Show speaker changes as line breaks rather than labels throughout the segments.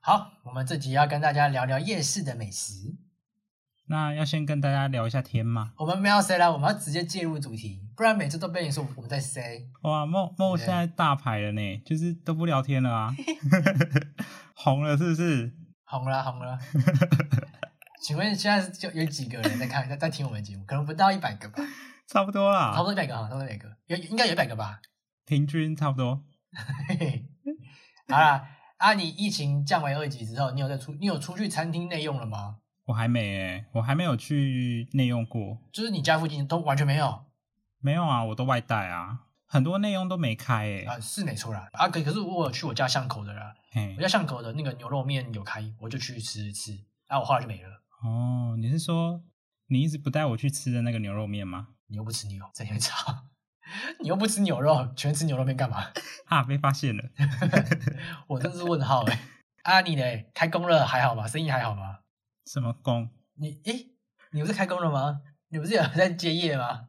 好，我们这集要跟大家聊聊夜市的美食。
那要先跟大家聊一下天嘛。
我们没有 say 啦，我们要直接进入主题，不然每次都被你说我们在 say。
哇，梦梦
对
现在大牌了呢，就是都不聊天了啊， 红了是不是？
红了红了，请问现在就有几个人在看在在听我们节目？可能不到一百个吧，
差不多啦，
差不多一百个哈，差不多一百个，有应该有一百个吧。
平均差不多。
嘿嘿，好啦，啊，你疫情降为二级之后，你有在出你有出去餐厅内用了吗？
我还没诶、我还没有去内用过。
就是你家附近都完全没有啊，
没有啊，我都外带啊，很多内用都没开诶、
是没错啦。啊，可可是我有去我家巷口的啦，
嘿
我家巷口的那个牛肉面有开，我就去吃吃，啊，我后来就没了。
哦，你是说你一直不带我去吃的那个牛肉面吗？
你又不吃牛，在那边吵， 你又不吃牛肉，全吃牛肉面干嘛？
啊，被发现了。
我真是问号哎、啊，你嘞，开工了还好吗？生意还好吗？
什么工？
你诶、你不是开工了吗？你不是有在接业吗？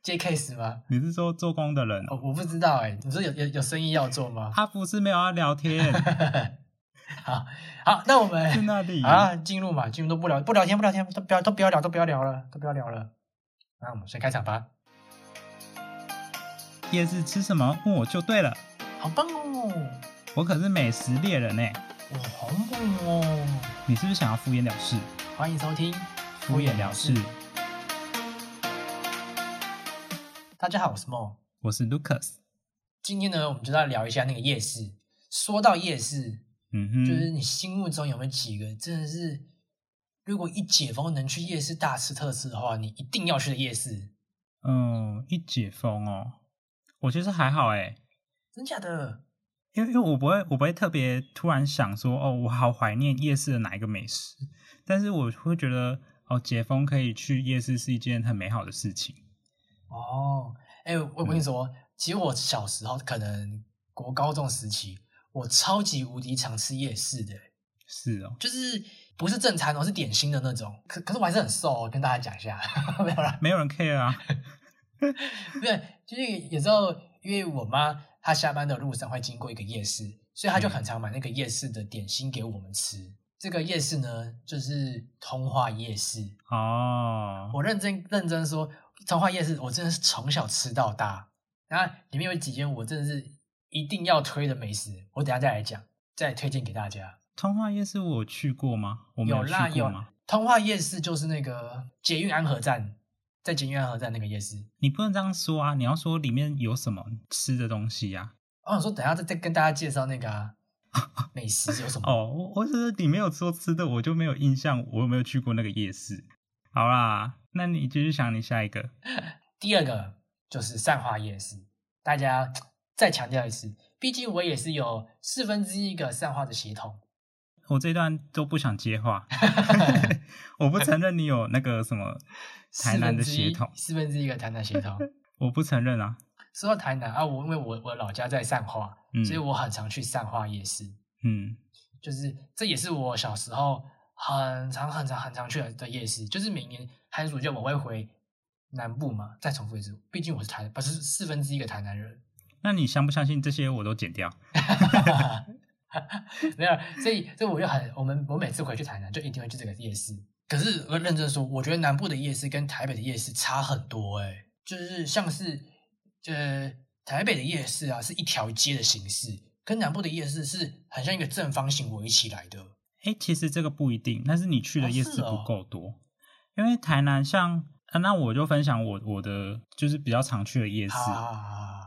接 case 吗？
你是说做工的人？
哦，我不知道哎、你说有有有生意要做吗？
他不是没有要聊天，
好好，那我
是
们
那里
啊进入嘛，进入都不聊不聊天不聊天，都不要都不要聊都不要聊了都不要聊了，那我们先开场吧，
夜市吃什么？问我就对了，
好棒哦，
我可是美食猎人哎、
我好棒哦，
你是不是想要敷衍了事？
欢迎收听。
敷衍了事，
大家好，我是梦。
我是 Lucas。
今天呢，我们就来聊一下那个夜市。说到夜市，
嗯哼，
就是你心目中有没有几个真的是，如果一解封能去夜市大吃特吃的话，你一定要去的夜市？
嗯，一解封哦，我其实还好哎、
真假的？
因为因为我不会，我不会特别突然想说，哦，我好怀念夜市的哪一个美食，但是我会觉得，哦，解封可以去夜市是一件很美好的事情。
哦，哎、我我跟你说，其实我小时候可能国高中时期，我超级无敌常吃夜市的、
是哦，
就是不是正餐哦，是点心的那种。可可是我还是很瘦、哦，跟大家讲一下， 没有啦。
没有人 care 啊。
对，就是有时候因为我妈她下班的路上会经过一个夜市，所以
嗯
她就很常买那个夜市的点心给我们吃。这个夜市呢，就是通化夜市。
哦，
我认真认真说，通化夜市我真的是从小吃到大。然后里面有几间我真的是一定要推的美食，我等一下再来讲，再推荐给大家。
通化夜市我有去过吗？我没
有
去
啦
过
有
吗？，
通化夜市就是那个捷运安和站，在捷运安和站那个夜市。
你不能这样说啊！你要说里面有什么吃的东西啊呀、
我想说，等一下再再跟大家介绍那个、 啊、美食有什么。
哦，我我只是你没有说吃的，我就没有印象，我有没有去过那个夜市？好啦，那你继续想你下一个。
第二个就是善化夜市，大家再强调一次，毕竟我也是有四分之一个善化的血统。
我这段都不想 接话，我不承认你有那个什么台南的血统，
四分之一个台南血 统。
我不承认啊。
说到台南啊，我因为我我老家在善化，
嗯
所以我很常去善化夜市，
嗯，
就是这也是我小时候很常很常很常去的夜市，就是每年寒暑假我会回南部嘛，再重复一次，毕竟我是台不是四分之一个台南人。
那你相不相信这些我都剪掉？
没有，所以所以我就很，我们我每次回去台南就一定会去这个夜市。可是我认真说，我觉得南部的夜市跟台北的夜市差很多、欸，就是像是呃台北的夜市啊，是一条街的形式，跟南部的夜市是很像一个正方形围起来的。
哎、其实这个不一定，但是你去的
哦
夜
是
市
哦
不够多，因为台南像、啊，那我就分享我我的就是比较常去的夜市，
啊，
呃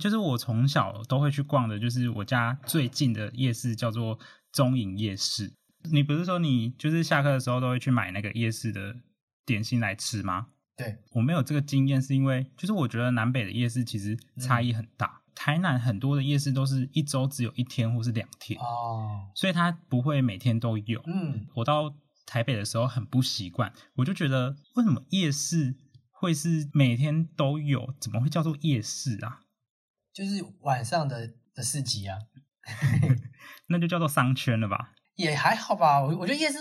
就是我从小都会去逛的，就是我家最近的夜市叫做中影夜市。你不是说你就是下课的时候都会去买那个夜市的点心来吃吗？
对，
我没有这个经验，是因为就是我觉得南北的夜市其实
嗯
差异很大。台南很多的夜市都是一周只有一天或是两天，
哦，
所以它不会每天都有。
嗯，
我到台北的时候很不习惯，我就觉得为什么夜市会是每天都有，怎么会叫做夜市啊？
就是晚上的的市集啊，
那就叫做商圈了吧？
也还好吧。我我觉得夜市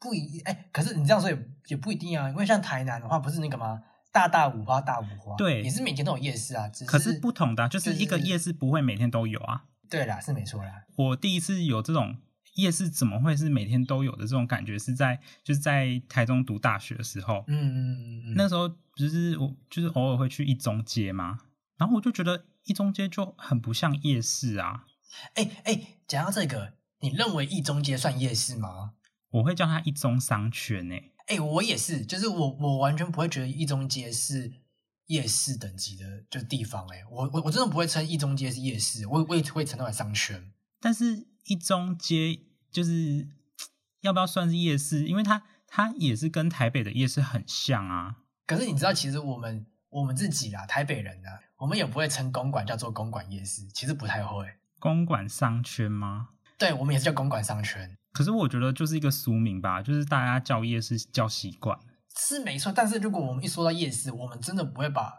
不一哎、可是你这样说也也不一定啊，因为像台南的话，不是那个吗？大大五花大五花，
对
也是每天都有夜市啊，只
可是不同的啊、就是一个
就是
夜市不会每天都有啊。
对啦，是没错啦。
我第一次有这种夜市怎么会是每天都有的这种感觉，是在就是在台中读大学的时候，
嗯嗯嗯，
那时候就是我就是偶尔会去一中街嘛，然后我就觉得一中街就很不像夜市啊，
哎哎，讲到这个，你认为一中街算夜市吗？
我会叫它一中商圈欸诶、
哎，我也是，就是我我完全不会觉得一中街是夜市等级的就地方、欸。哎，我我我真的不会称一中街是夜市，我我也会称它为商圈。
但是一中街就是要不要算是夜市？因为它它也是跟台北的夜市很像啊。
可是你知道，其实我们我们自己啦，台北人啊，我们也不会称公馆叫做公馆夜市，其实不太会。
公馆商圈吗？
对，我们也是叫公馆商圈，
可是我觉得就是一个俗名吧，就是大家叫夜市叫习惯。
是没错。但是如果我们一说到夜市，我们真的不会把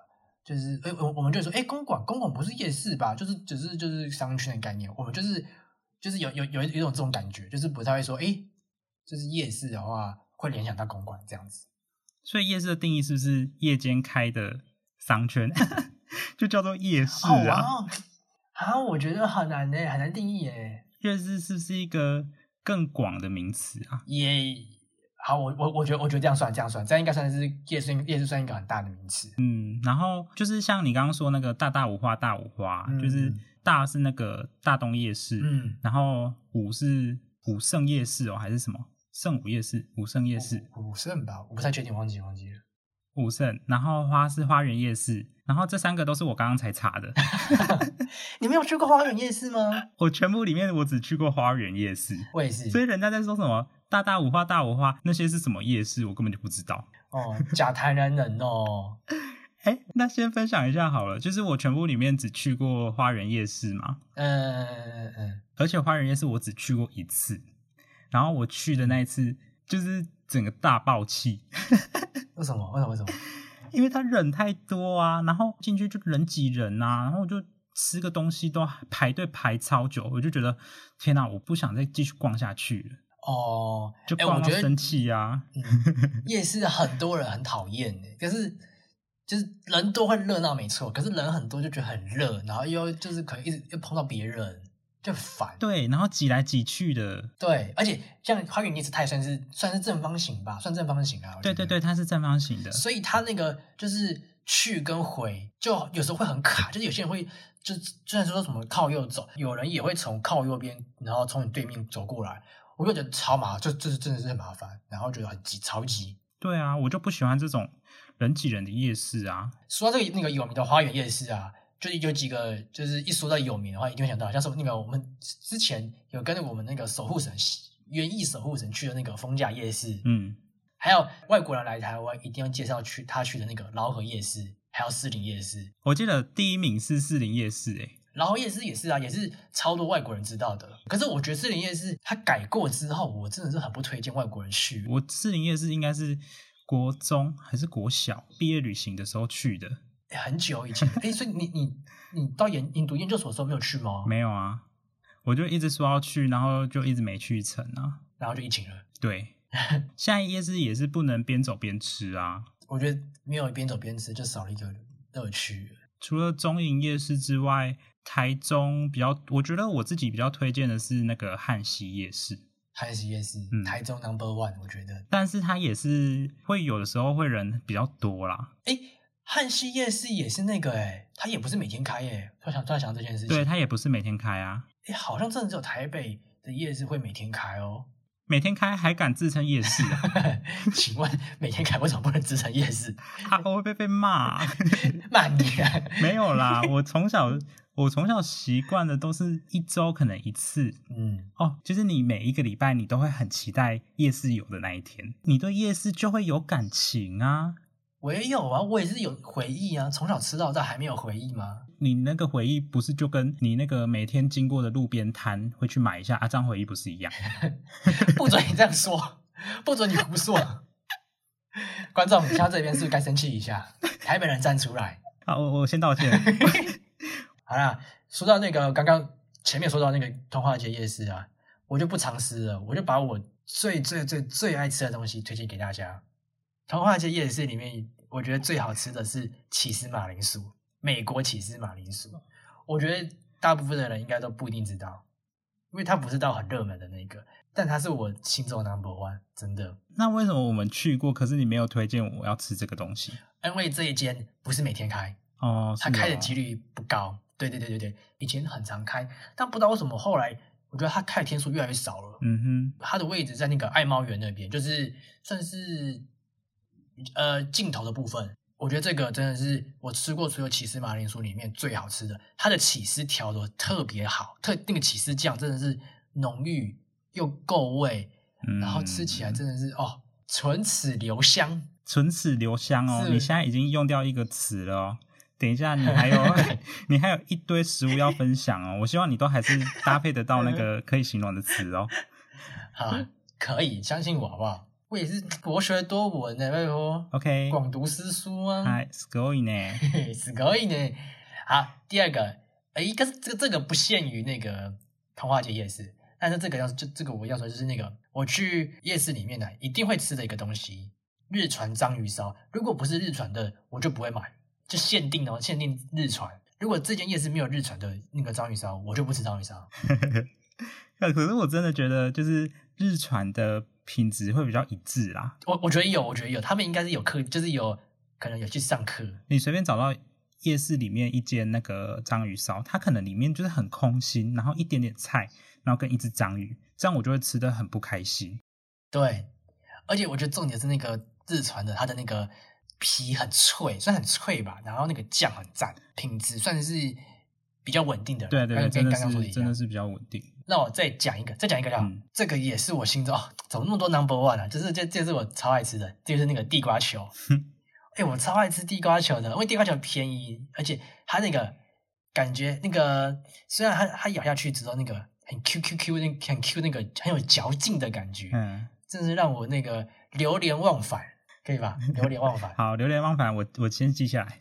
就是哎，我我们就说哎，公馆公馆不是夜市吧？就是只是就是商圈的概念，我们就是就是有有有一有一种这种感觉，就是不太会说哎，就是夜市的话会联想到公馆这样子。
所以夜市的定义是不是夜间开的商圈， 就叫做夜市
好
啊？
哦，啊，我觉得很难呢、很难定义耶、
夜市是不是一个更广的名词啊？
也好，我我我觉得我觉得这样算这样算，这样应该算是夜市夜市算一个很大的名词。
嗯，然后就是像你刚刚说那个大大五花大五花，
嗯
就是大是那个大东夜市，
嗯，
然后五是武圣夜市哦，还是什么圣武夜市？武圣夜市，
五胜吧，我不太确定，忘记忘记了。
武圣，然后花是花园夜市，然后这三个都是我刚刚才查的，
你没有去过花园夜市吗？
我全部里面我只去过花园夜市，
我也是
所以人家在说什么大大五花大五花那些是什么夜市，我根本就不知道。
哦，假台南人哦。
哎，那先分享一下好了，就是我全部里面只去过花园夜市嘛，
嗯嗯嗯，
而且花园夜市我只去过一次，然后我去的那一次就是整个大爆气，
为什么？为什么？为什么？
因为他人太多啊，然后进去就人挤人啊，然后我就吃个东西都排队排超久，我就觉得天哪、我不想再继续逛下去了，
哦，
就
哎我
逛到
觉得
生气啊。
嗯夜市很多人很讨厌的，可是就是人多会热闹没错，可是人很多就觉得很热，然后又就是可能一直又碰到别人就很烦。
对，然后挤来挤去的，
对，而且像花园夜市，它也算是算是正方形吧，算正方形啊。我觉
对
得
对对，，它是正方形的，
所以它那个就是去跟回，就有时候会很卡，就是有些人会就就算说什么靠右走，有人也会从靠右边，然后从你对面走过来，我就觉得超麻烦，就就是真的是很麻烦，然后觉得很急，超级。
对啊，我就不喜欢这种人挤人的夜市啊。
说到这个那个有名的花园夜市啊，就是有几个，就是一说到有名的话，一定会想到，像是那个我们之前有跟着我们那个守护神园艺守护神去的那个丰甲夜市，
嗯，
还有外国人来台湾一定要介绍去他去的那个饶河夜市，还有士林夜市。
我记得第一名是士林夜市、欸，诶，
饶河夜市也是啊，也是超多外国人知道的。可是我觉得士林夜市它改过之后，我真的是很不推荐外国人去。
我士林夜市应该是国中还是国小毕业旅行的时候去的，
诶很久以前，哎，所以你你你到研你读研究所的时候没有去吗？
没有啊，我就一直说要去，然后就一直没去成啊。
然后就疫情了。
对，现在夜市也是不能边走边吃啊，
我觉得没有边走边吃，就少了一个乐趣。
除了中营夜市之外。台中比较，我觉得我自己比较推荐的是那个汉西夜市，
台西夜市，
嗯
台中 Number One，我觉得，
但是它也是会有的时候会人比较多啦，
哎，汉西夜市也是那个哎、诶它也不是每天开哎、诶突然想突然想到这件事情，
对，它也不是每天开啊，
哎，好像真的只有台北的夜市会每天开哦。
每天开还敢自称夜市啊，
请问每天开为什么不能自成夜市？
啊我会被被骂、啊。
骂你啊！
没有啦，我从小我从小习惯的都是一周可能一次
嗯，
哦，就是你每一个礼拜你都会很期待夜市有的那一天，你对夜市就会有感情啊。
我也有啊，我也是有回忆啊，从小吃到大还没有回忆吗？
你那个回忆不是就跟你那个每天经过的路边摊会去买一下啊，这样回忆不是一样？
不准你这样说，不准你胡说！ 观众，你听到这边是不是该生气一下？台北人站出来！
好，我我先道歉。
好啦，说到那个刚刚前面说到那个通化街夜市啊，我就不藏私了，我就把我最最最最爱吃的东西推荐给大家。通化街夜市里面，我觉得最好吃的是起司马铃薯，美国起司马铃薯。我觉得大部分的人应该都不一定知道，因为它不是到很热门的那个，但它是我心中 number one，真的。
那为什么我们去过，可是你没有推荐我要吃这个东西？
因为这一间不是每天开，
哦，
它
是
开的
哦
几率不高。对对对对对，以前很常开，但不知道为什么后来，我觉得它开的天数越来越少了。
嗯
它的位置在那个爱猫园那边，就是算是呃镜头的部分。我觉得这个真的是我吃过所有起司马铃薯里面最好吃的，它的起司调的特别好，特那个起司酱真的是浓郁又够味，
哼，嗯
然后吃起来真的是哦唇齿留香。
唇齿留香哦。
是
你现在已经用掉一个词了哦。等一下，你 还有你还有一堆食物要分享哦。我希望你都还是搭配得到那个可以形容的词哦。
啊，可以相信我好不好？我也是博学多闻的，拜托，
OK，哎
广读诗书啊。
嗨 s c o i 呢？
すごいね。好，第二个，诶，但是这个这个不限于那个通化街夜市，但是这个要就这个我要说就是那个我去夜市里面呢、一定会吃的一个东西，日船章鱼烧。如果不是日船的，我就不会买，就限定哦，限定日船。如果这间夜市没有日船的那个章鱼烧，我就不吃章鱼烧。
呃， 可是我真的觉得，就是日传的品质会比较一致啦。
我我觉得有，我觉得有，他们应该是有课，就是有可能有去上课。
你随便找到夜市里面一间那个章鱼烧，它可能里面就是很空心，然后一点点菜，然后跟一只章鱼，这样我就会吃的很不开心。
对，而且我觉得重点是那个日传的，它的那个皮很脆，算很脆吧，然后那个酱很赞，品质算是比较稳定的。
对对对，
跟
真
跟
的
哎刚刚说的
是
一
真的
样。
是比较稳定。
那我再讲一个，再讲一个就好。
嗯
这个也是我心中哦，怎么那么多 number one 啊？就是这这是我超爱吃的，就是那个地瓜球。哎、我超爱吃地瓜球的，因为地瓜球便宜，而且它那个感觉那个虽然它它咬下去之后那个很 Q Q Q 那很 Q 那个很有嚼劲的感觉。
嗯，
真是让我那个流连忘返，可以吧？流连忘返。
好，流连忘返，我我先记下来。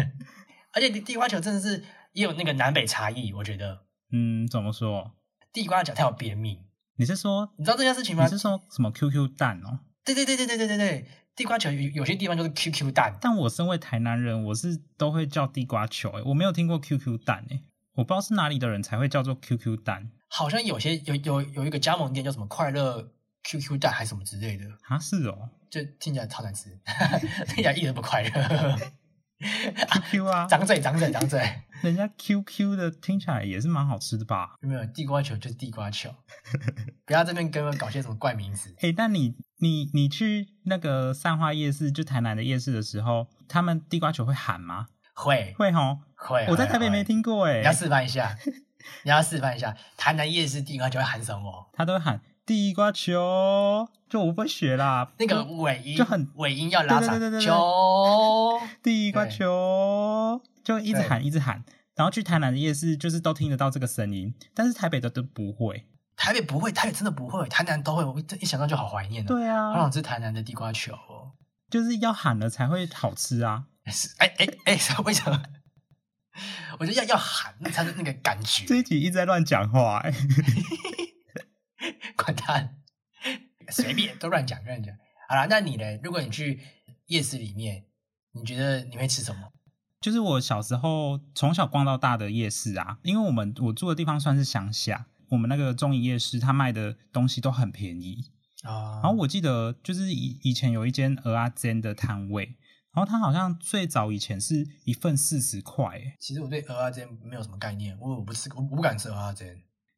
而且地瓜球真的是也有那个南北差异，我觉得
嗯，怎么说？
地瓜球它有别名，
你是说
你知道这件事情
你
吗？
是说什么 QQ 蛋哦？
对对对对对对对对，地瓜球有有些地方就是 QQ 蛋，
但我身为台南人，我是都会叫地瓜球、欸，我没有听过 QQ 蛋、欸，我不知道是哪里的人才会叫做 QQ 蛋
好像有些有有有一个加盟店叫什么快乐 QQ 蛋还是什么之类的，
啊，是哦
就听起来超难吃， 听起来一点都不快乐。
，QQ 啊，
长嘴长嘴长嘴，
人家 QQ 的听起来也是蛮好吃的吧？
有没有地瓜球就是地瓜球， 不要这边跟我搞些什么怪名字。
哎、但你你你去那个散花夜市，就台南的夜市的时候，他们地瓜球会喊吗？
会
会哦，
会，
我在
会
台北没
会
听过哎、
你要示范一下，你要示范一下，台南夜市地瓜球会喊什么？
他都会喊地瓜球，就我不会学啦，
那个尾音
就很
尾音要拉
对
长，
对对对对
球
地瓜
对
球，就一直
对
喊一直喊。然后去台南的夜市，就是都听得到这个声音，但是台北的都不会。
台北不会，台北真的不会，台南都会，我一想到就好怀念哦，
对
好
啊，
想吃台南的地瓜球哦。
就是要喊了才会好吃啊。
是哎哎哎， 为什么？我觉得要要喊，那才是那个感觉。
这一集一直在乱讲话、欸，
滚蛋，随便都乱讲乱讲。好了，那你呢？如果你去夜市里面，你觉得你会吃什么？
就是我小时候从小逛到大的夜市啊，因为我们我住的地方算是乡下，我们那个中营夜市，它卖的东西都很便宜。
啊
然后我记得就是以以前有一间鹅阿煎的摊位，然后它好像最早以前是一份四十块，欸
其实我对鹅阿煎没有什么概念，我我不吃，我我不敢吃鹅阿煎。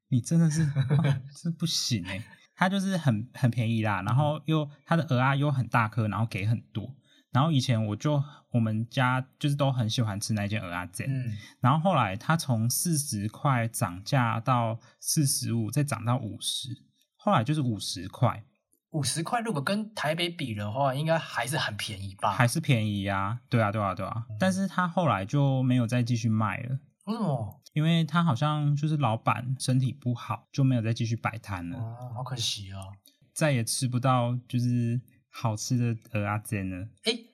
你真的是、 啊这不行哎、欸，它就是很很便宜啦，然后又它的鹅啊又很大颗，然后给很多。然后以前我就我们家就是都很喜欢吃那间鹅啊煎，
嗯，
然后后来它从四十块涨价到四十五，再涨到五十，后来就是五十块，
五十块如果跟台北比的话，应该还是很便宜吧？
还是便宜啊！对啊，对啊，对啊。但是它后来就没有再继续卖了，
为什么？
因为它好像就是老板身体不好，就没有再继续摆摊了，
啊，好可惜哦。
再也吃不到就是好吃的鹅阿煎了。
诶，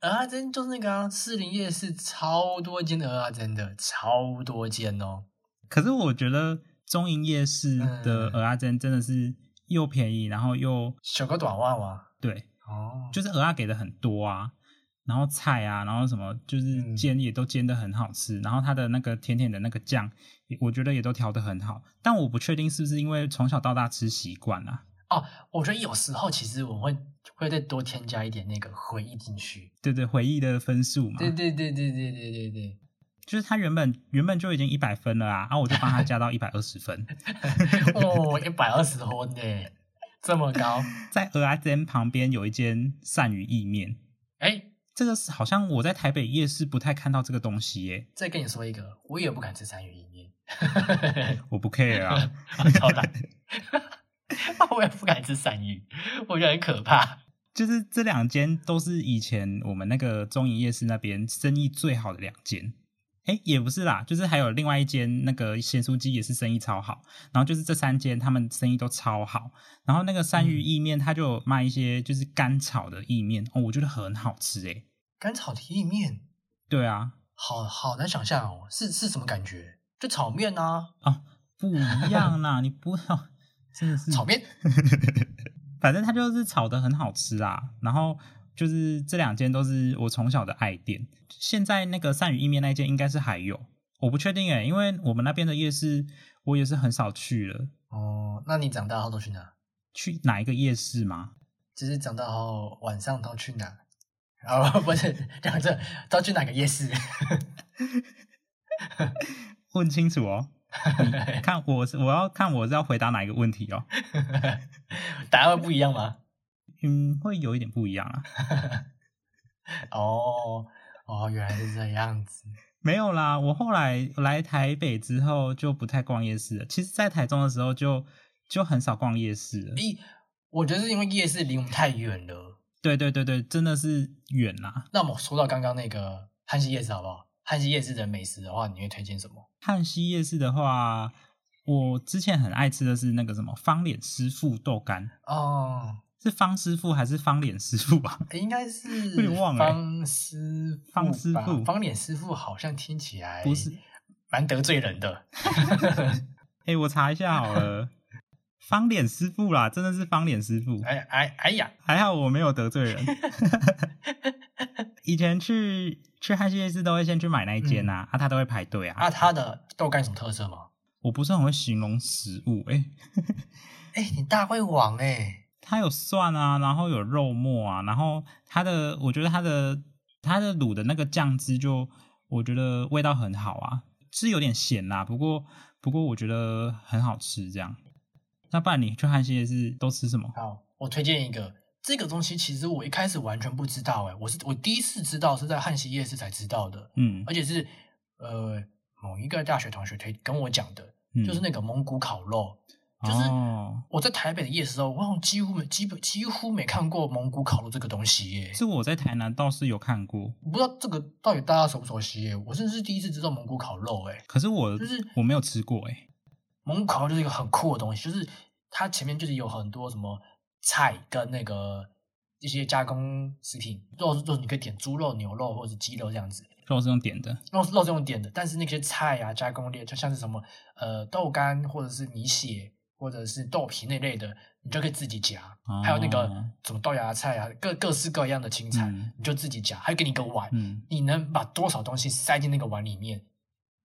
鹅阿珍就是那个啊，士林夜市超多间的鹅阿珍的，超多间哦。
可是我觉得中营夜市的鹅阿煎真的是又便宜，然后又
小个短袜哇。
对，
哦，
就是鹅啊给的很多啊，然后菜啊，然后什么就是
嗯
煎也都煎的很好吃，然后它的那个甜甜的那个酱，也我觉得也都调的很好，但我不确定是不是因为从小到大吃习惯啦、
哦，我觉得有时候其实我会会再多添加一点那个回忆进去。
对对，回忆的分数嘛，
对对对对对对对对，
就是他原本原本就已经一百分了啊，啊，我就帮他加到一百二 十分，
哦，一百二十分呢，这么高。
在鹅阿珍旁边有一间鳝鱼意面，
哎，
这个是好像我在台北夜市不太看到这个东西耶，
再跟你说一个，我也不敢吃鳝鱼意面，
我不 care 啊。
超懒， 我也不敢吃鳝鱼，我觉得很可怕。
就是这两间都是以前我们那个中影夜市那边生意最好的两间。哎，也不是啦，就是还有另外一间那个咸酥鸡也是生意超好，然后就是这三间他们生意都超好，然后那个鳝鱼
嗯
意面他就有卖一些就是干炒的意面哦，我觉得很好吃诶。
干炒的意面，
对啊，
好好难想象哦，是是什么感觉？就炒面啊，
不一样啦，你不要真的是
炒面。
反正它就是炒的很好吃啦。然后就是这两间都是我从小的爱店。现在那个鳝鱼意面那间应该是还有，我不确定诶、因为我们那边的夜市我也是很少去了。
哦，那你长大后都去哪？
去哪一个夜市吗？
就是长大后晚上都去哪？哦，不是，讲这都去哪个夜市？
问清楚哦。你看我是我要看我是要回答哪一个问题哦。
答案会不一样吗？
嗯，会有一点不一样啊。
哦哦，原来是这样子。
没有啦，我后来来台北之后就不太逛夜市了。其实，在台中的时候就就很少逛夜市了。
咦，我觉得是因为夜市离我们太远了。
对对对对，真的是远啦、
那我们说到刚刚那个汉西夜市好不好？汉西夜市的美食的话，你会推荐什么？
汉西夜市的话，我之前很爱吃的是那个什么方脸师傅豆干，
哦，
是方师傅还是方脸师傅啊？
应该是
有点忘了欸
方师傅吧
方师傅
方脸师傅好像听起来
不是，
蛮得罪人的。
哎、我查一下好了，方脸师傅啦，真的是方脸师傅，
哎哎哎呀，
还好我没有得罪人。 以前去去汉西夜市都会先去买那一间呐、啊，他都会排队啊。
那它的豆干有什么特色吗？
我不是很会形容食物，哎、
哎，你大胃王哎、
它有蒜啊，然后有肉末啊，然后它的，我觉得它的它的卤的那个酱汁就，我觉得味道很好啊，是有点咸啦、不过不过我觉得很好吃这样。那不然你去汉西夜市都吃什么？
好，我推荐一个，这个东西其实我一开始完全不知道哎、我是我第一次知道是在汉西夜市才知道的，
嗯，
而且是呃某一个大学同学推跟我讲的，
嗯
就是那个蒙古烤肉，就是
哦，
我在台北的夜市哦，我好像几乎没基本几乎没看过蒙古烤肉这个东西耶，
这我在台南倒是有看过，
我不知道这个到底大家熟不熟悉耶，我甚至是第一次知道蒙古烤肉哎，
可是我
就是
我没有吃过哎、
蒙古烤肉就是一个很酷的东西，就是它前面就是有很多什么菜跟那个一些加工食品，肉是肉你可以点猪肉、牛肉或者是鸡肉这样子，
肉是用点的，
肉肉是用点的，但是那些菜啊加工类就像是什么呃豆干或者是米血或者是豆皮那类的，你就可以自己夹，还有那个
哦
什么豆芽菜啊，各各式各样的青菜、
嗯
你就自己夹，还给你一个碗，
嗯
你能把多少东西塞进那个碗里面，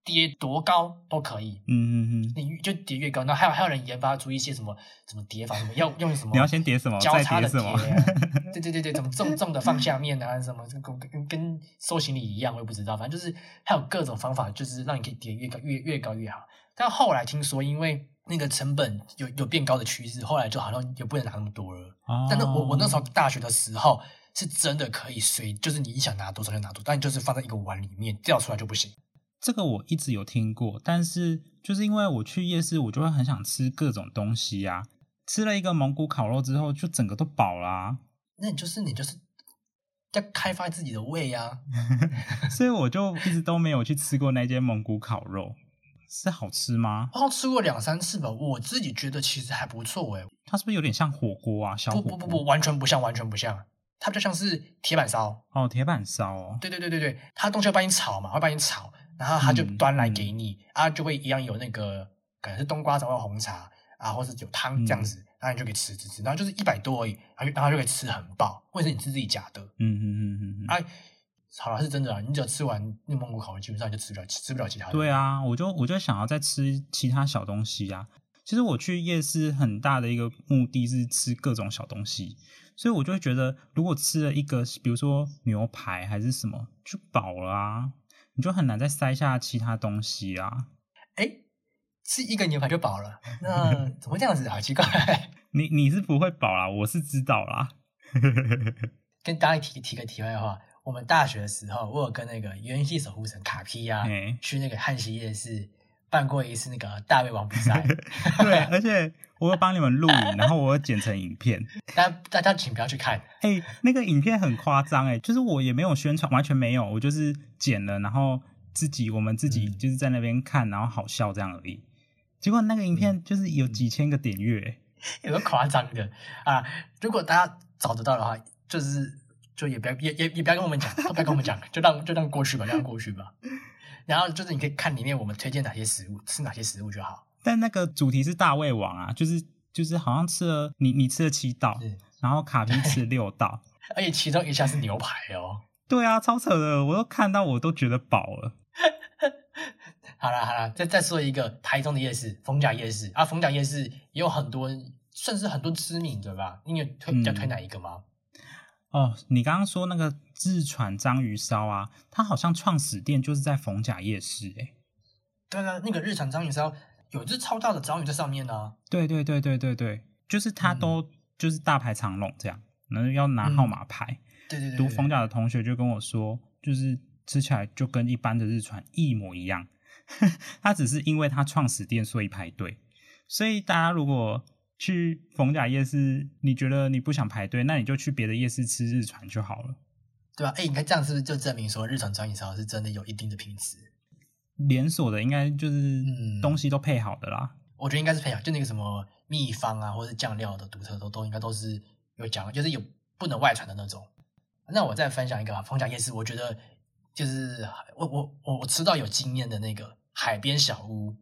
叠多高都可以，
嗯嗯嗯，
你就叠越高，然后还有还有人研发出一些什么什么叠法，什么要用什么
你要先叠什么，
交
再
叉
叠
的
什
叠啊、
么，
对对对对，怎么重重的放下面啊，什么跟跟跟收行李一样，我也不知道，反正就是还有各种方法，就是让你可以叠越高越越高越好。但后来听说，因为那个成本有有变高的趋势，后来就好像也不能拿那么多了。 啊
哦
但是我我那时候大学的时候是真的可以随，就是你想拿多少就拿多少，但就是放在一个碗里面掉出来就不行。
这个我一直有听过，但是就是因为我去夜市，我就会很想吃各种东西啊。吃了一个蒙古烤肉之后，就整个都饱啊啦、
那你就是你就是要开发自己的胃呀、啊。
所以我就一直都没有去吃过那间蒙古烤肉。是好吃吗？
我好像吃过两三次吧，我自己觉得其实还不错诶、
它是不是有点像火锅啊？小火
不
锅
不不不，完全不像，完全不像，它比较像是铁板烧。
哦，铁板烧哦。
对对对对对，它东西要帮你炒嘛，会帮你炒，然后它就
嗯
端来给你，啊，就会一样有那个可能是冬瓜茶或红茶，啊，或是有汤
嗯
这样子，然后你就可以吃吃吃，然后就是一百多而已，然后就然后就可以吃很饱，或者是你吃自己夹的，
嗯嗯嗯嗯嗯，
啊，好了是真的啦，你只要吃完那蒙古烤肉，基本上你就吃不了吃不了其他的。
对啊，我就我就想要再吃其他小东西啊。其实我去夜市很大的一个目的是吃各种小东西，所以我就会觉得，如果吃了一个，比如说牛排还是什么，就饱了啊，你就很难再塞下其他东西啊。
哎，吃一个牛排就饱了，那怎么会这样子？好奇怪。
你你是不会饱啦，我是知道啦。
跟大家提提个题外话，我们大学的时候，我有跟那个元气守护神卡皮呀、
哎
去那个汉西夜市办过一次那个大胃王比赛，
对，而且我有帮你们录影，然后我有剪成影片。
大家大家请不要去看，
哎、那个影片很夸张哎，就是我也没有宣传，完全没有，我就是剪了，然后自己我们自己
嗯
就是在那边看，然后好笑这样而已。结果那个影
嗯
片就是有几千个点阅、欸
有个夸张的啊！如果大家找得到的话，就是就也不要也也也不要跟我们讲，都不要跟我们讲， 就让就让过去吧，让过去吧。然后就是你可以看里面我们推荐哪些食物，吃哪些食物就好。
但那个主题是大胃王啊，就是就是好像吃了你你吃了七道
是，
然后卡皮吃了六 道，
而且其中一项是牛排哦。
对啊，超扯的，我都看到我都觉得饱了。
好啦好啦，再再说一个台中的夜市，逢甲夜市啊，逢甲夜市也有很多，算是很多知名的吧。你有推
嗯
要推哪一个吗？
哦，你刚刚说那个自传章鱼烧啊，它好像创始店就是在逢甲夜市哎、
对啊，那个日常章鱼烧有一只超大的章鱼在上面啊呢、
对对对对对对，就是他
嗯
都、就是大排长龙这样，然后要拿号码牌。
对对对
读
对
逢甲的同学就跟我说，就是吃起来就跟一般的日传一模一样。 他只是因为他创始店所以排队，所以大家如果去逢甲夜市，你觉得你不想排队，那你就去别的夜市吃日传就好了。
对吧、啊？哎，你看这样是不是就证明说日常章鱼烧是真的有一定的品质？
连锁的应该就是
嗯
东西都配好的啦。
我觉得应该是培啊养，就那个什么秘方啊，或者是酱料的独特都都应该都是有讲，就是有不能外传的那种。那我再分享一个逢甲夜市，我觉得就是我我我我吃到有经验的那个海边小屋，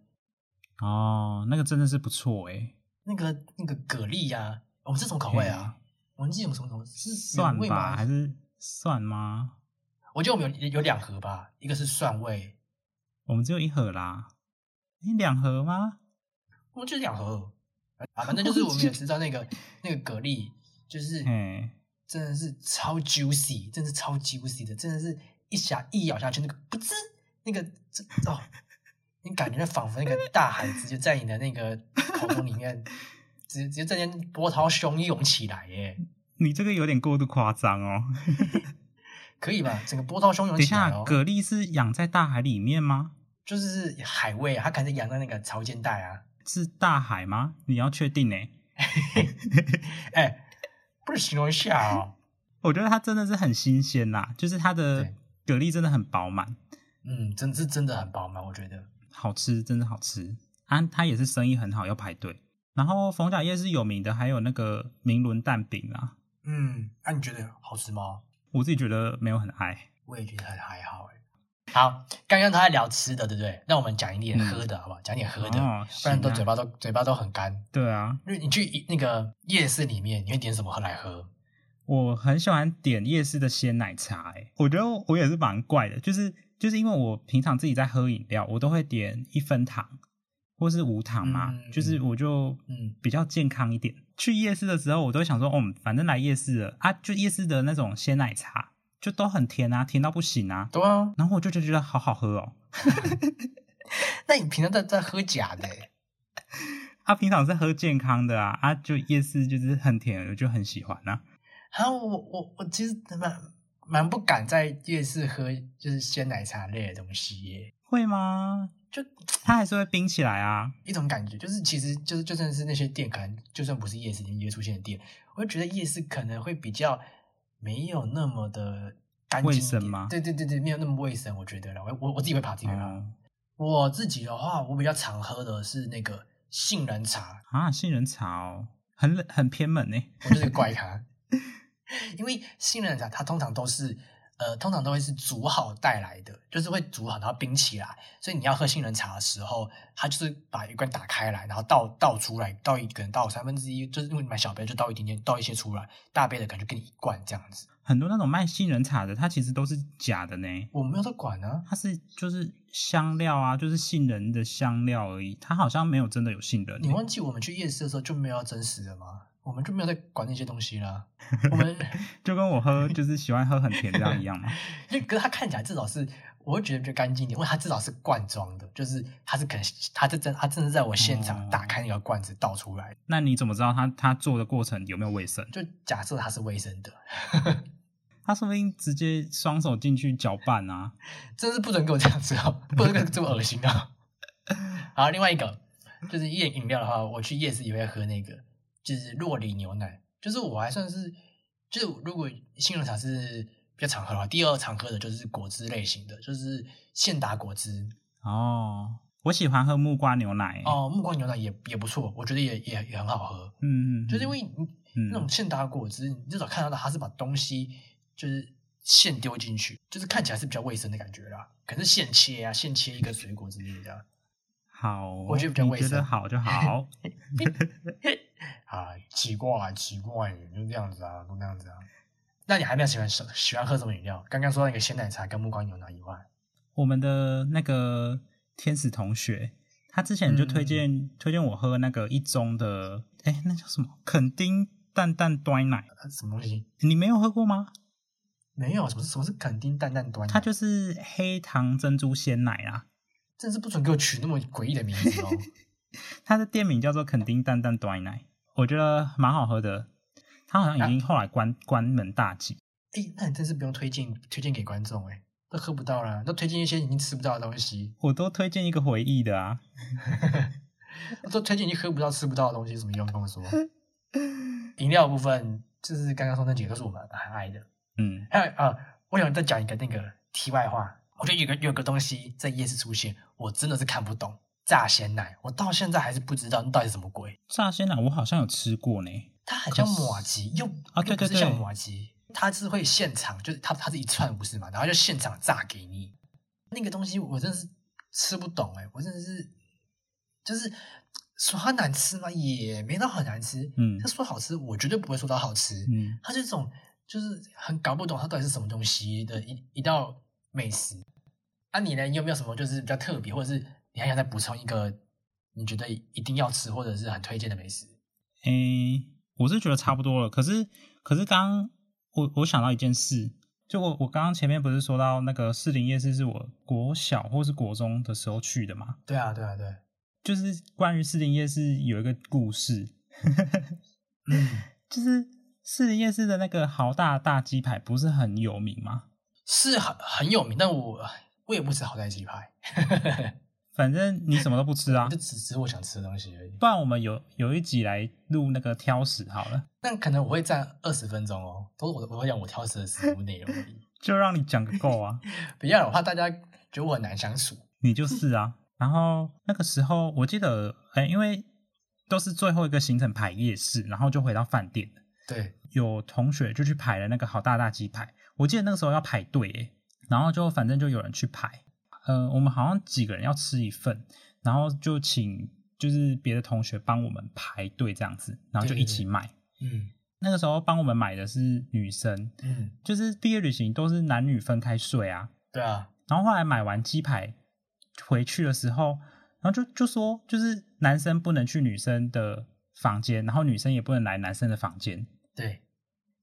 哦，那个真的是不错欸诶、
那个那个蛤蜊呀、我们是什么口味
嗯
啊？我们记得我们什么口味？是
蒜
原味
吧
吗？
还是蒜吗？
我记得我们有有两盒吧，一个是蒜味，
我们只有一盒啦，你两盒吗？
我们就是两盒啊，反正就是我们也吃到那 个那个蛤蜊，就是
嘿，
真的是超 juicy，真的是超 juicy 的，真的是一下一咬下去，那个不吱，那个这哦，你感觉那仿佛那个大海直接在你的那个口中里面， 直直接在那边波涛汹涌起来耶，
你这个有点过度夸张哦。
可以吧？整个波涛汹涌
等一
起来
下，
哦，
蛤蜊是养在大海里面吗？
就是海味啊，它可能养在那个潮间带啊，
是大海吗？你要确定呢、
哎，不是形容一下哦，
我觉得它真的是很新鲜啦，就是它的蛤蜊真的很饱满，
嗯，真是真的很饱满，我觉得。
好吃，真的好吃。啊，它也是生意很好，要排队。然后逢甲夜市有名的还有那个明伦蛋饼啊，
嗯，那、你觉得好吃吗？
我自己觉得没有很爱。
我也觉得还还好哎。好，刚刚他在聊吃的，对不对？那我们讲一点
嗯
喝的，好不好？讲一点喝的，
哦，
不然都
行
嘴
啊
巴都嘴巴都很干。
对啊，
因为你去一那个夜市里面，你会点什么喝来喝？
我很喜欢点夜市的鲜奶茶、欸，我觉得我也是蛮怪的，就是就是因为我平常自己在喝饮料，我都会点一分糖或是无糖嘛，
嗯
就是我就
嗯
比较健康一点。去夜市的时候，我都会想说，哦，反正来夜市了啊，就夜市的那种鲜奶茶就都很甜啊，甜到不行啊，
对啊，
然后我就就觉得好好喝哦。
那你平常在在喝假的欸，
啊，平常是喝健康的啊，啊，就夜市就是很甜，我就很喜欢啊。
然后我我我其实蛮蛮不敢在夜市喝就是鲜奶茶类的东西耶，
会吗？
就
它还是会冰起来啊。
一种感觉，就是其实就是就算是那些店，可能就算不是夜市里面也出现的店，我会觉得夜市可能会比较没有那么的干净一
卫
点
生吗
对对对对，没有那么卫生，我觉得啦，我我我自己会怕，自己会怕。
哦
我自己的话，我比较常喝的是那个杏仁茶，
啊，杏仁茶哦，很冷很偏门呢。
我就是怪它，因为杏仁茶它通常都是呃，通常都会是煮好带来的，就是会煮好然后冰起来。所以你要喝杏仁茶的时候，它就是把一罐打开来，然后倒倒出来，倒一可能倒三分之一，就是因为你买小杯就倒一点点，倒一些出来，大杯的感觉给你一罐这样子。
很多那种卖杏仁茶的，它其实都是假的呢。
我没有在管啊，
它是就是香料啊，就是杏仁的香料而已，它好像没有真的有杏仁欸。
你忘记我们去夜市的时候就没有要真实的吗？我们就没有在管那些东西啦。我们
就跟我喝就是喜欢喝很甜这样一样 嘛。
因为可是它看起来至少是，我会觉得比较干净一点，因为它至少是罐装的，就是它是可能它是真它真的在我现场
哦
打开那个罐子倒出来，
那你怎么知道它它做的过程有没有卫生？
就假设它是卫生的，
它说不定直接双手进去搅拌啊。
真是不准给我这样子哦，不准给我这么恶心哦。 好，另外一个就是夜饮料的话，我去夜市也会喝那个，就是洛里牛奶，就是我还算是，就是如果杏仁茶是比较常喝的话，第二常喝的就是果汁类型的，就是现打果汁。
哦，我喜欢喝木瓜牛奶欸。
哦，木瓜牛奶也也不错，我觉得也也也很好喝。
嗯，嗯，
就是因
嗯
为你
嗯
那种现打果汁，你至少看得到它是把东西就是现丢进去，就是看起来是比较卫生的感觉啦。可是现切啊，现切一个水果之类的啊。
好，哦
我觉得比较
你
卫
觉得
生
好 就好。
啊，奇怪，奇怪，就这样子啊，都这样子啊。那你还没有喜欢什喜欢喝什么饮料？刚刚说那个鲜奶茶跟木瓜牛奶以外，
我们的那个天使同学，他之前就推荐、推荐我喝那个一中的，哎，那叫什么？肯丁蛋蛋端奶，
呃什么东西
你没有喝过吗？
没有？什么什么是肯丁淡淡端？
它就是黑糖珍珠鲜奶啊，
真是不准给我取那么诡异的名字哦。
它的店名叫做肯丁蛋蛋端奶，我觉得蛮好喝的。它好像已经后来关、关门大吉，
哎、那你真是不用推荐推荐给观众哎、都喝不到啦，都推荐一些已经吃不到的东西，
我都推荐一个回忆的啊。
都推荐已经喝不到、吃不到的东西，有什么用？跟我说。饮料部分就是刚刚说那几个都是我们很爱的，
嗯，
还有啊、我想再讲一个那个题外话，我觉得有个有个东西在夜市出现，我真的是看不懂炸鲜奶，我到现在还是不知道那到底是什么鬼，
炸鲜奶我好像有吃过呢。
它很像马吉，又
啊
又
对
不
对
是
对
像马吉，它是会现场，就是它它是一串不是嘛，然后就现场炸给你，那个东西我真的是吃不懂哎、我真的是就是说它难吃吗？也没到很难吃，
嗯
它说好吃，我绝对不会说它好吃，
嗯，
它是这种就是很搞不懂它到底是什么东西的一一道美食。啊，你呢？你有没有什么就是比较特别，或者是你还想再补充一个你觉得一定要吃或者是很推荐的美食？
诶、我是觉得差不多了。可是，可是刚刚我我想到一件事，就我我刚刚前面不是说到那个士林夜市是我国小或是国中的时候去的嘛？
对啊，对啊，对。
就是关于士林夜市有一个故事，
嗯，
就是士林夜市的那个豪大大鸡排不是很有名吗？
是很很有名，但我我也不吃好在鸡排，
反正你什么都不吃 啊
就。只吃我想吃的东西而已。
不然我们有有一集来录那个挑食好了，
但可能我会占二十分钟哦，都是我我会讲我挑食的食物内容而已。
就让你讲个够啊。
不要，我怕大家觉得我很难相处。
你就是啊。然后那个时候我记得，哎、因为都是最后一个行程排夜市，然后就回到饭店了。
对，
有同学就去排了那个好大大鸡排，我记得那个时候要排队、哎，然后就反正就有人去排，呃，我们好像几个人要吃一份，然后就请就是别的同学帮我们排队这样子，然后就一起买。
嗯
那个时候帮我们买的是女生，
嗯，
就是毕业旅行都是男女分开睡啊，
对啊，
然后后来买完鸡排回去的时候，然后就就说，就是男生不能去女生的房间，然后女生也不能来男生的房间。
对。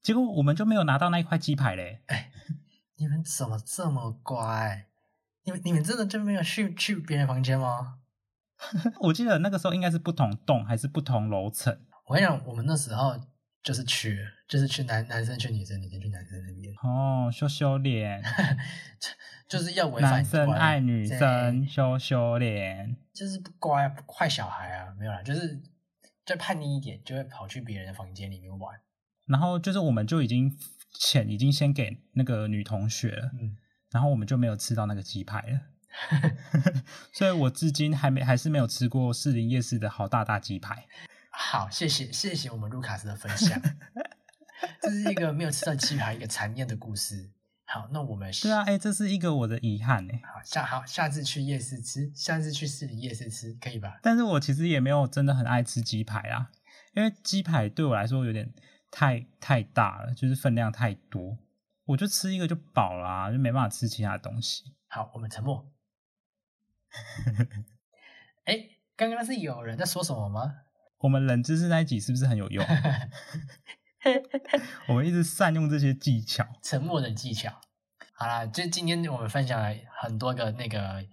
结果我们就没有拿到那一块鸡排 嘞。
你们怎么这么乖？你们你们真的就没有去去别人房间吗？
我记得那个时候应该是不同栋还是不同楼层，
我跟你讲，我们那时候就是去，就是去男男生去女生，女生去男生那边，
哦，羞羞脸，
就是要违反
男生
规
爱女生，
对
羞羞脸。
就是不乖不坏小孩啊，没有啦，就是再叛逆一点，就会跑去别人的房间里面玩。
然后就是我们就已经钱已经先给那个女同学了，
嗯，
然后我们就没有吃到那个鸡排了。 所以我至今还没还是没有吃过士林夜市的好大大鸡排。
好，谢谢谢谢我 们卢卡斯的分享，这是一个没有吃到鸡排一个残念的故事。好，那我们
对啊，哎、这是一个我的遗憾哎、
好下好下次去夜市吃，下次去市里夜市吃可以吧？
但是我其实也没有真的很爱吃鸡排啊，因为鸡排对我来说有点太太大了，就是分量太多，我就吃一个就饱啦、就没办法吃其他东西。
好，我们沉 默。哎，刚刚是有人在说什么吗？
我们冷知识那一集是不是很有用？啊 我们一直善用这些技巧。
沉默的技巧。好啦，就今天我们分享了很多个那个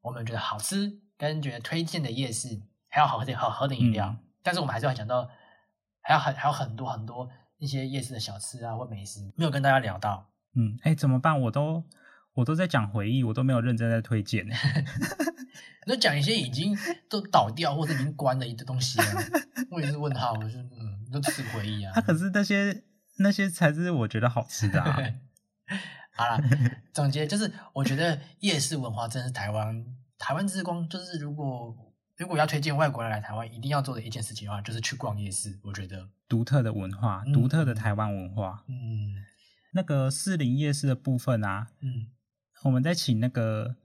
我们觉得好吃跟觉得推荐的夜市，还有好喝的好喝的饮料。但是我们还是要讲到，还有很还有很多很多一些夜市的小吃啊或美食没有跟大家聊到。
嗯，哎、怎么办？我都我都在讲回忆，我都没有认真在推荐、 欸。
那讲一些已经都倒掉或者已经关了的东西啊，我也是问号，我就嗯，都只是回 忆啊
它、。可是那些那些才是我觉得好吃 的啊。
好啦，总结就是，我觉得夜市文化真的是台湾台湾之光。就是如果如果要推荐外国人来台湾，一定要做的一件事情的话，就是去逛夜市。我觉得，
独特的文化，
嗯
独特的台湾文化。
嗯
那个士林夜市的部分啊，
嗯，
我们在请那个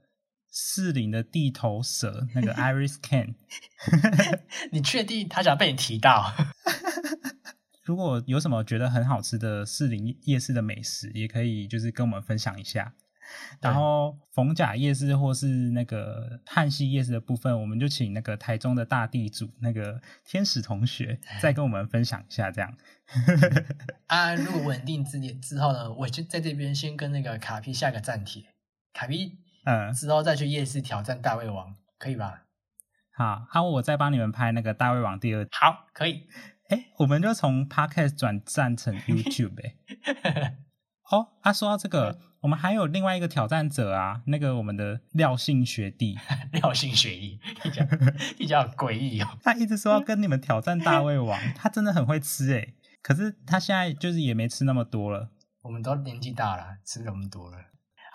士林的地头蛇，那个 Iris Can。
你确定他想被你提到？
如果有什么觉得很好吃的士林夜市的美食，也可以就是跟我们分享一下。
对
然后逢甲夜市或是那个汉西夜市的部分，我们就请那个台中的大地主那个天使同学再跟我们分享一下，这样。
啊，如果稳定之点之后呢，我就在这边先跟那个卡皮下个暂帖，卡皮
嗯，
之后再去夜市挑战大胃王，可以吧？
好，啊，我再帮你们拍那个大胃王第二
好，可 以。
哎，我们就从 podcast 转战成 YouTube 哎、哦，啊，说到这个，我们还有另外一个挑战者啊，那个我们的廖姓学弟，
廖姓学艺，你讲你讲好诡异哦。
他一直说要跟你们挑战大胃王，他真的很会吃哎、可是他现在就是也没吃那么多了。
我们都年纪大了，吃那么多了。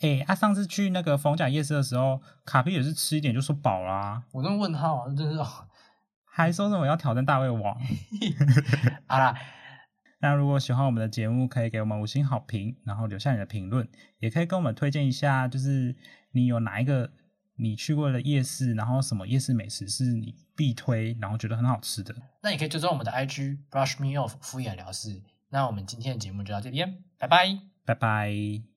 哎，他、上次去那个逢甲夜市的时候，卡比也是吃一点就说饱啦、
我那问号啊，真是哦
还说什么要挑战大胃王。
好啦，
那如果喜欢我们的节目，可以给我们五星好评，然后留下你的评论，也可以跟我们推荐一下，就是你有哪一个你去过的夜市，然后什么夜市美食是你必推，然后觉得很好吃的。
那也可以追踪我们的 IG brush me off 敷衍了事。那我们今天的节目就到这边，拜拜。
拜拜。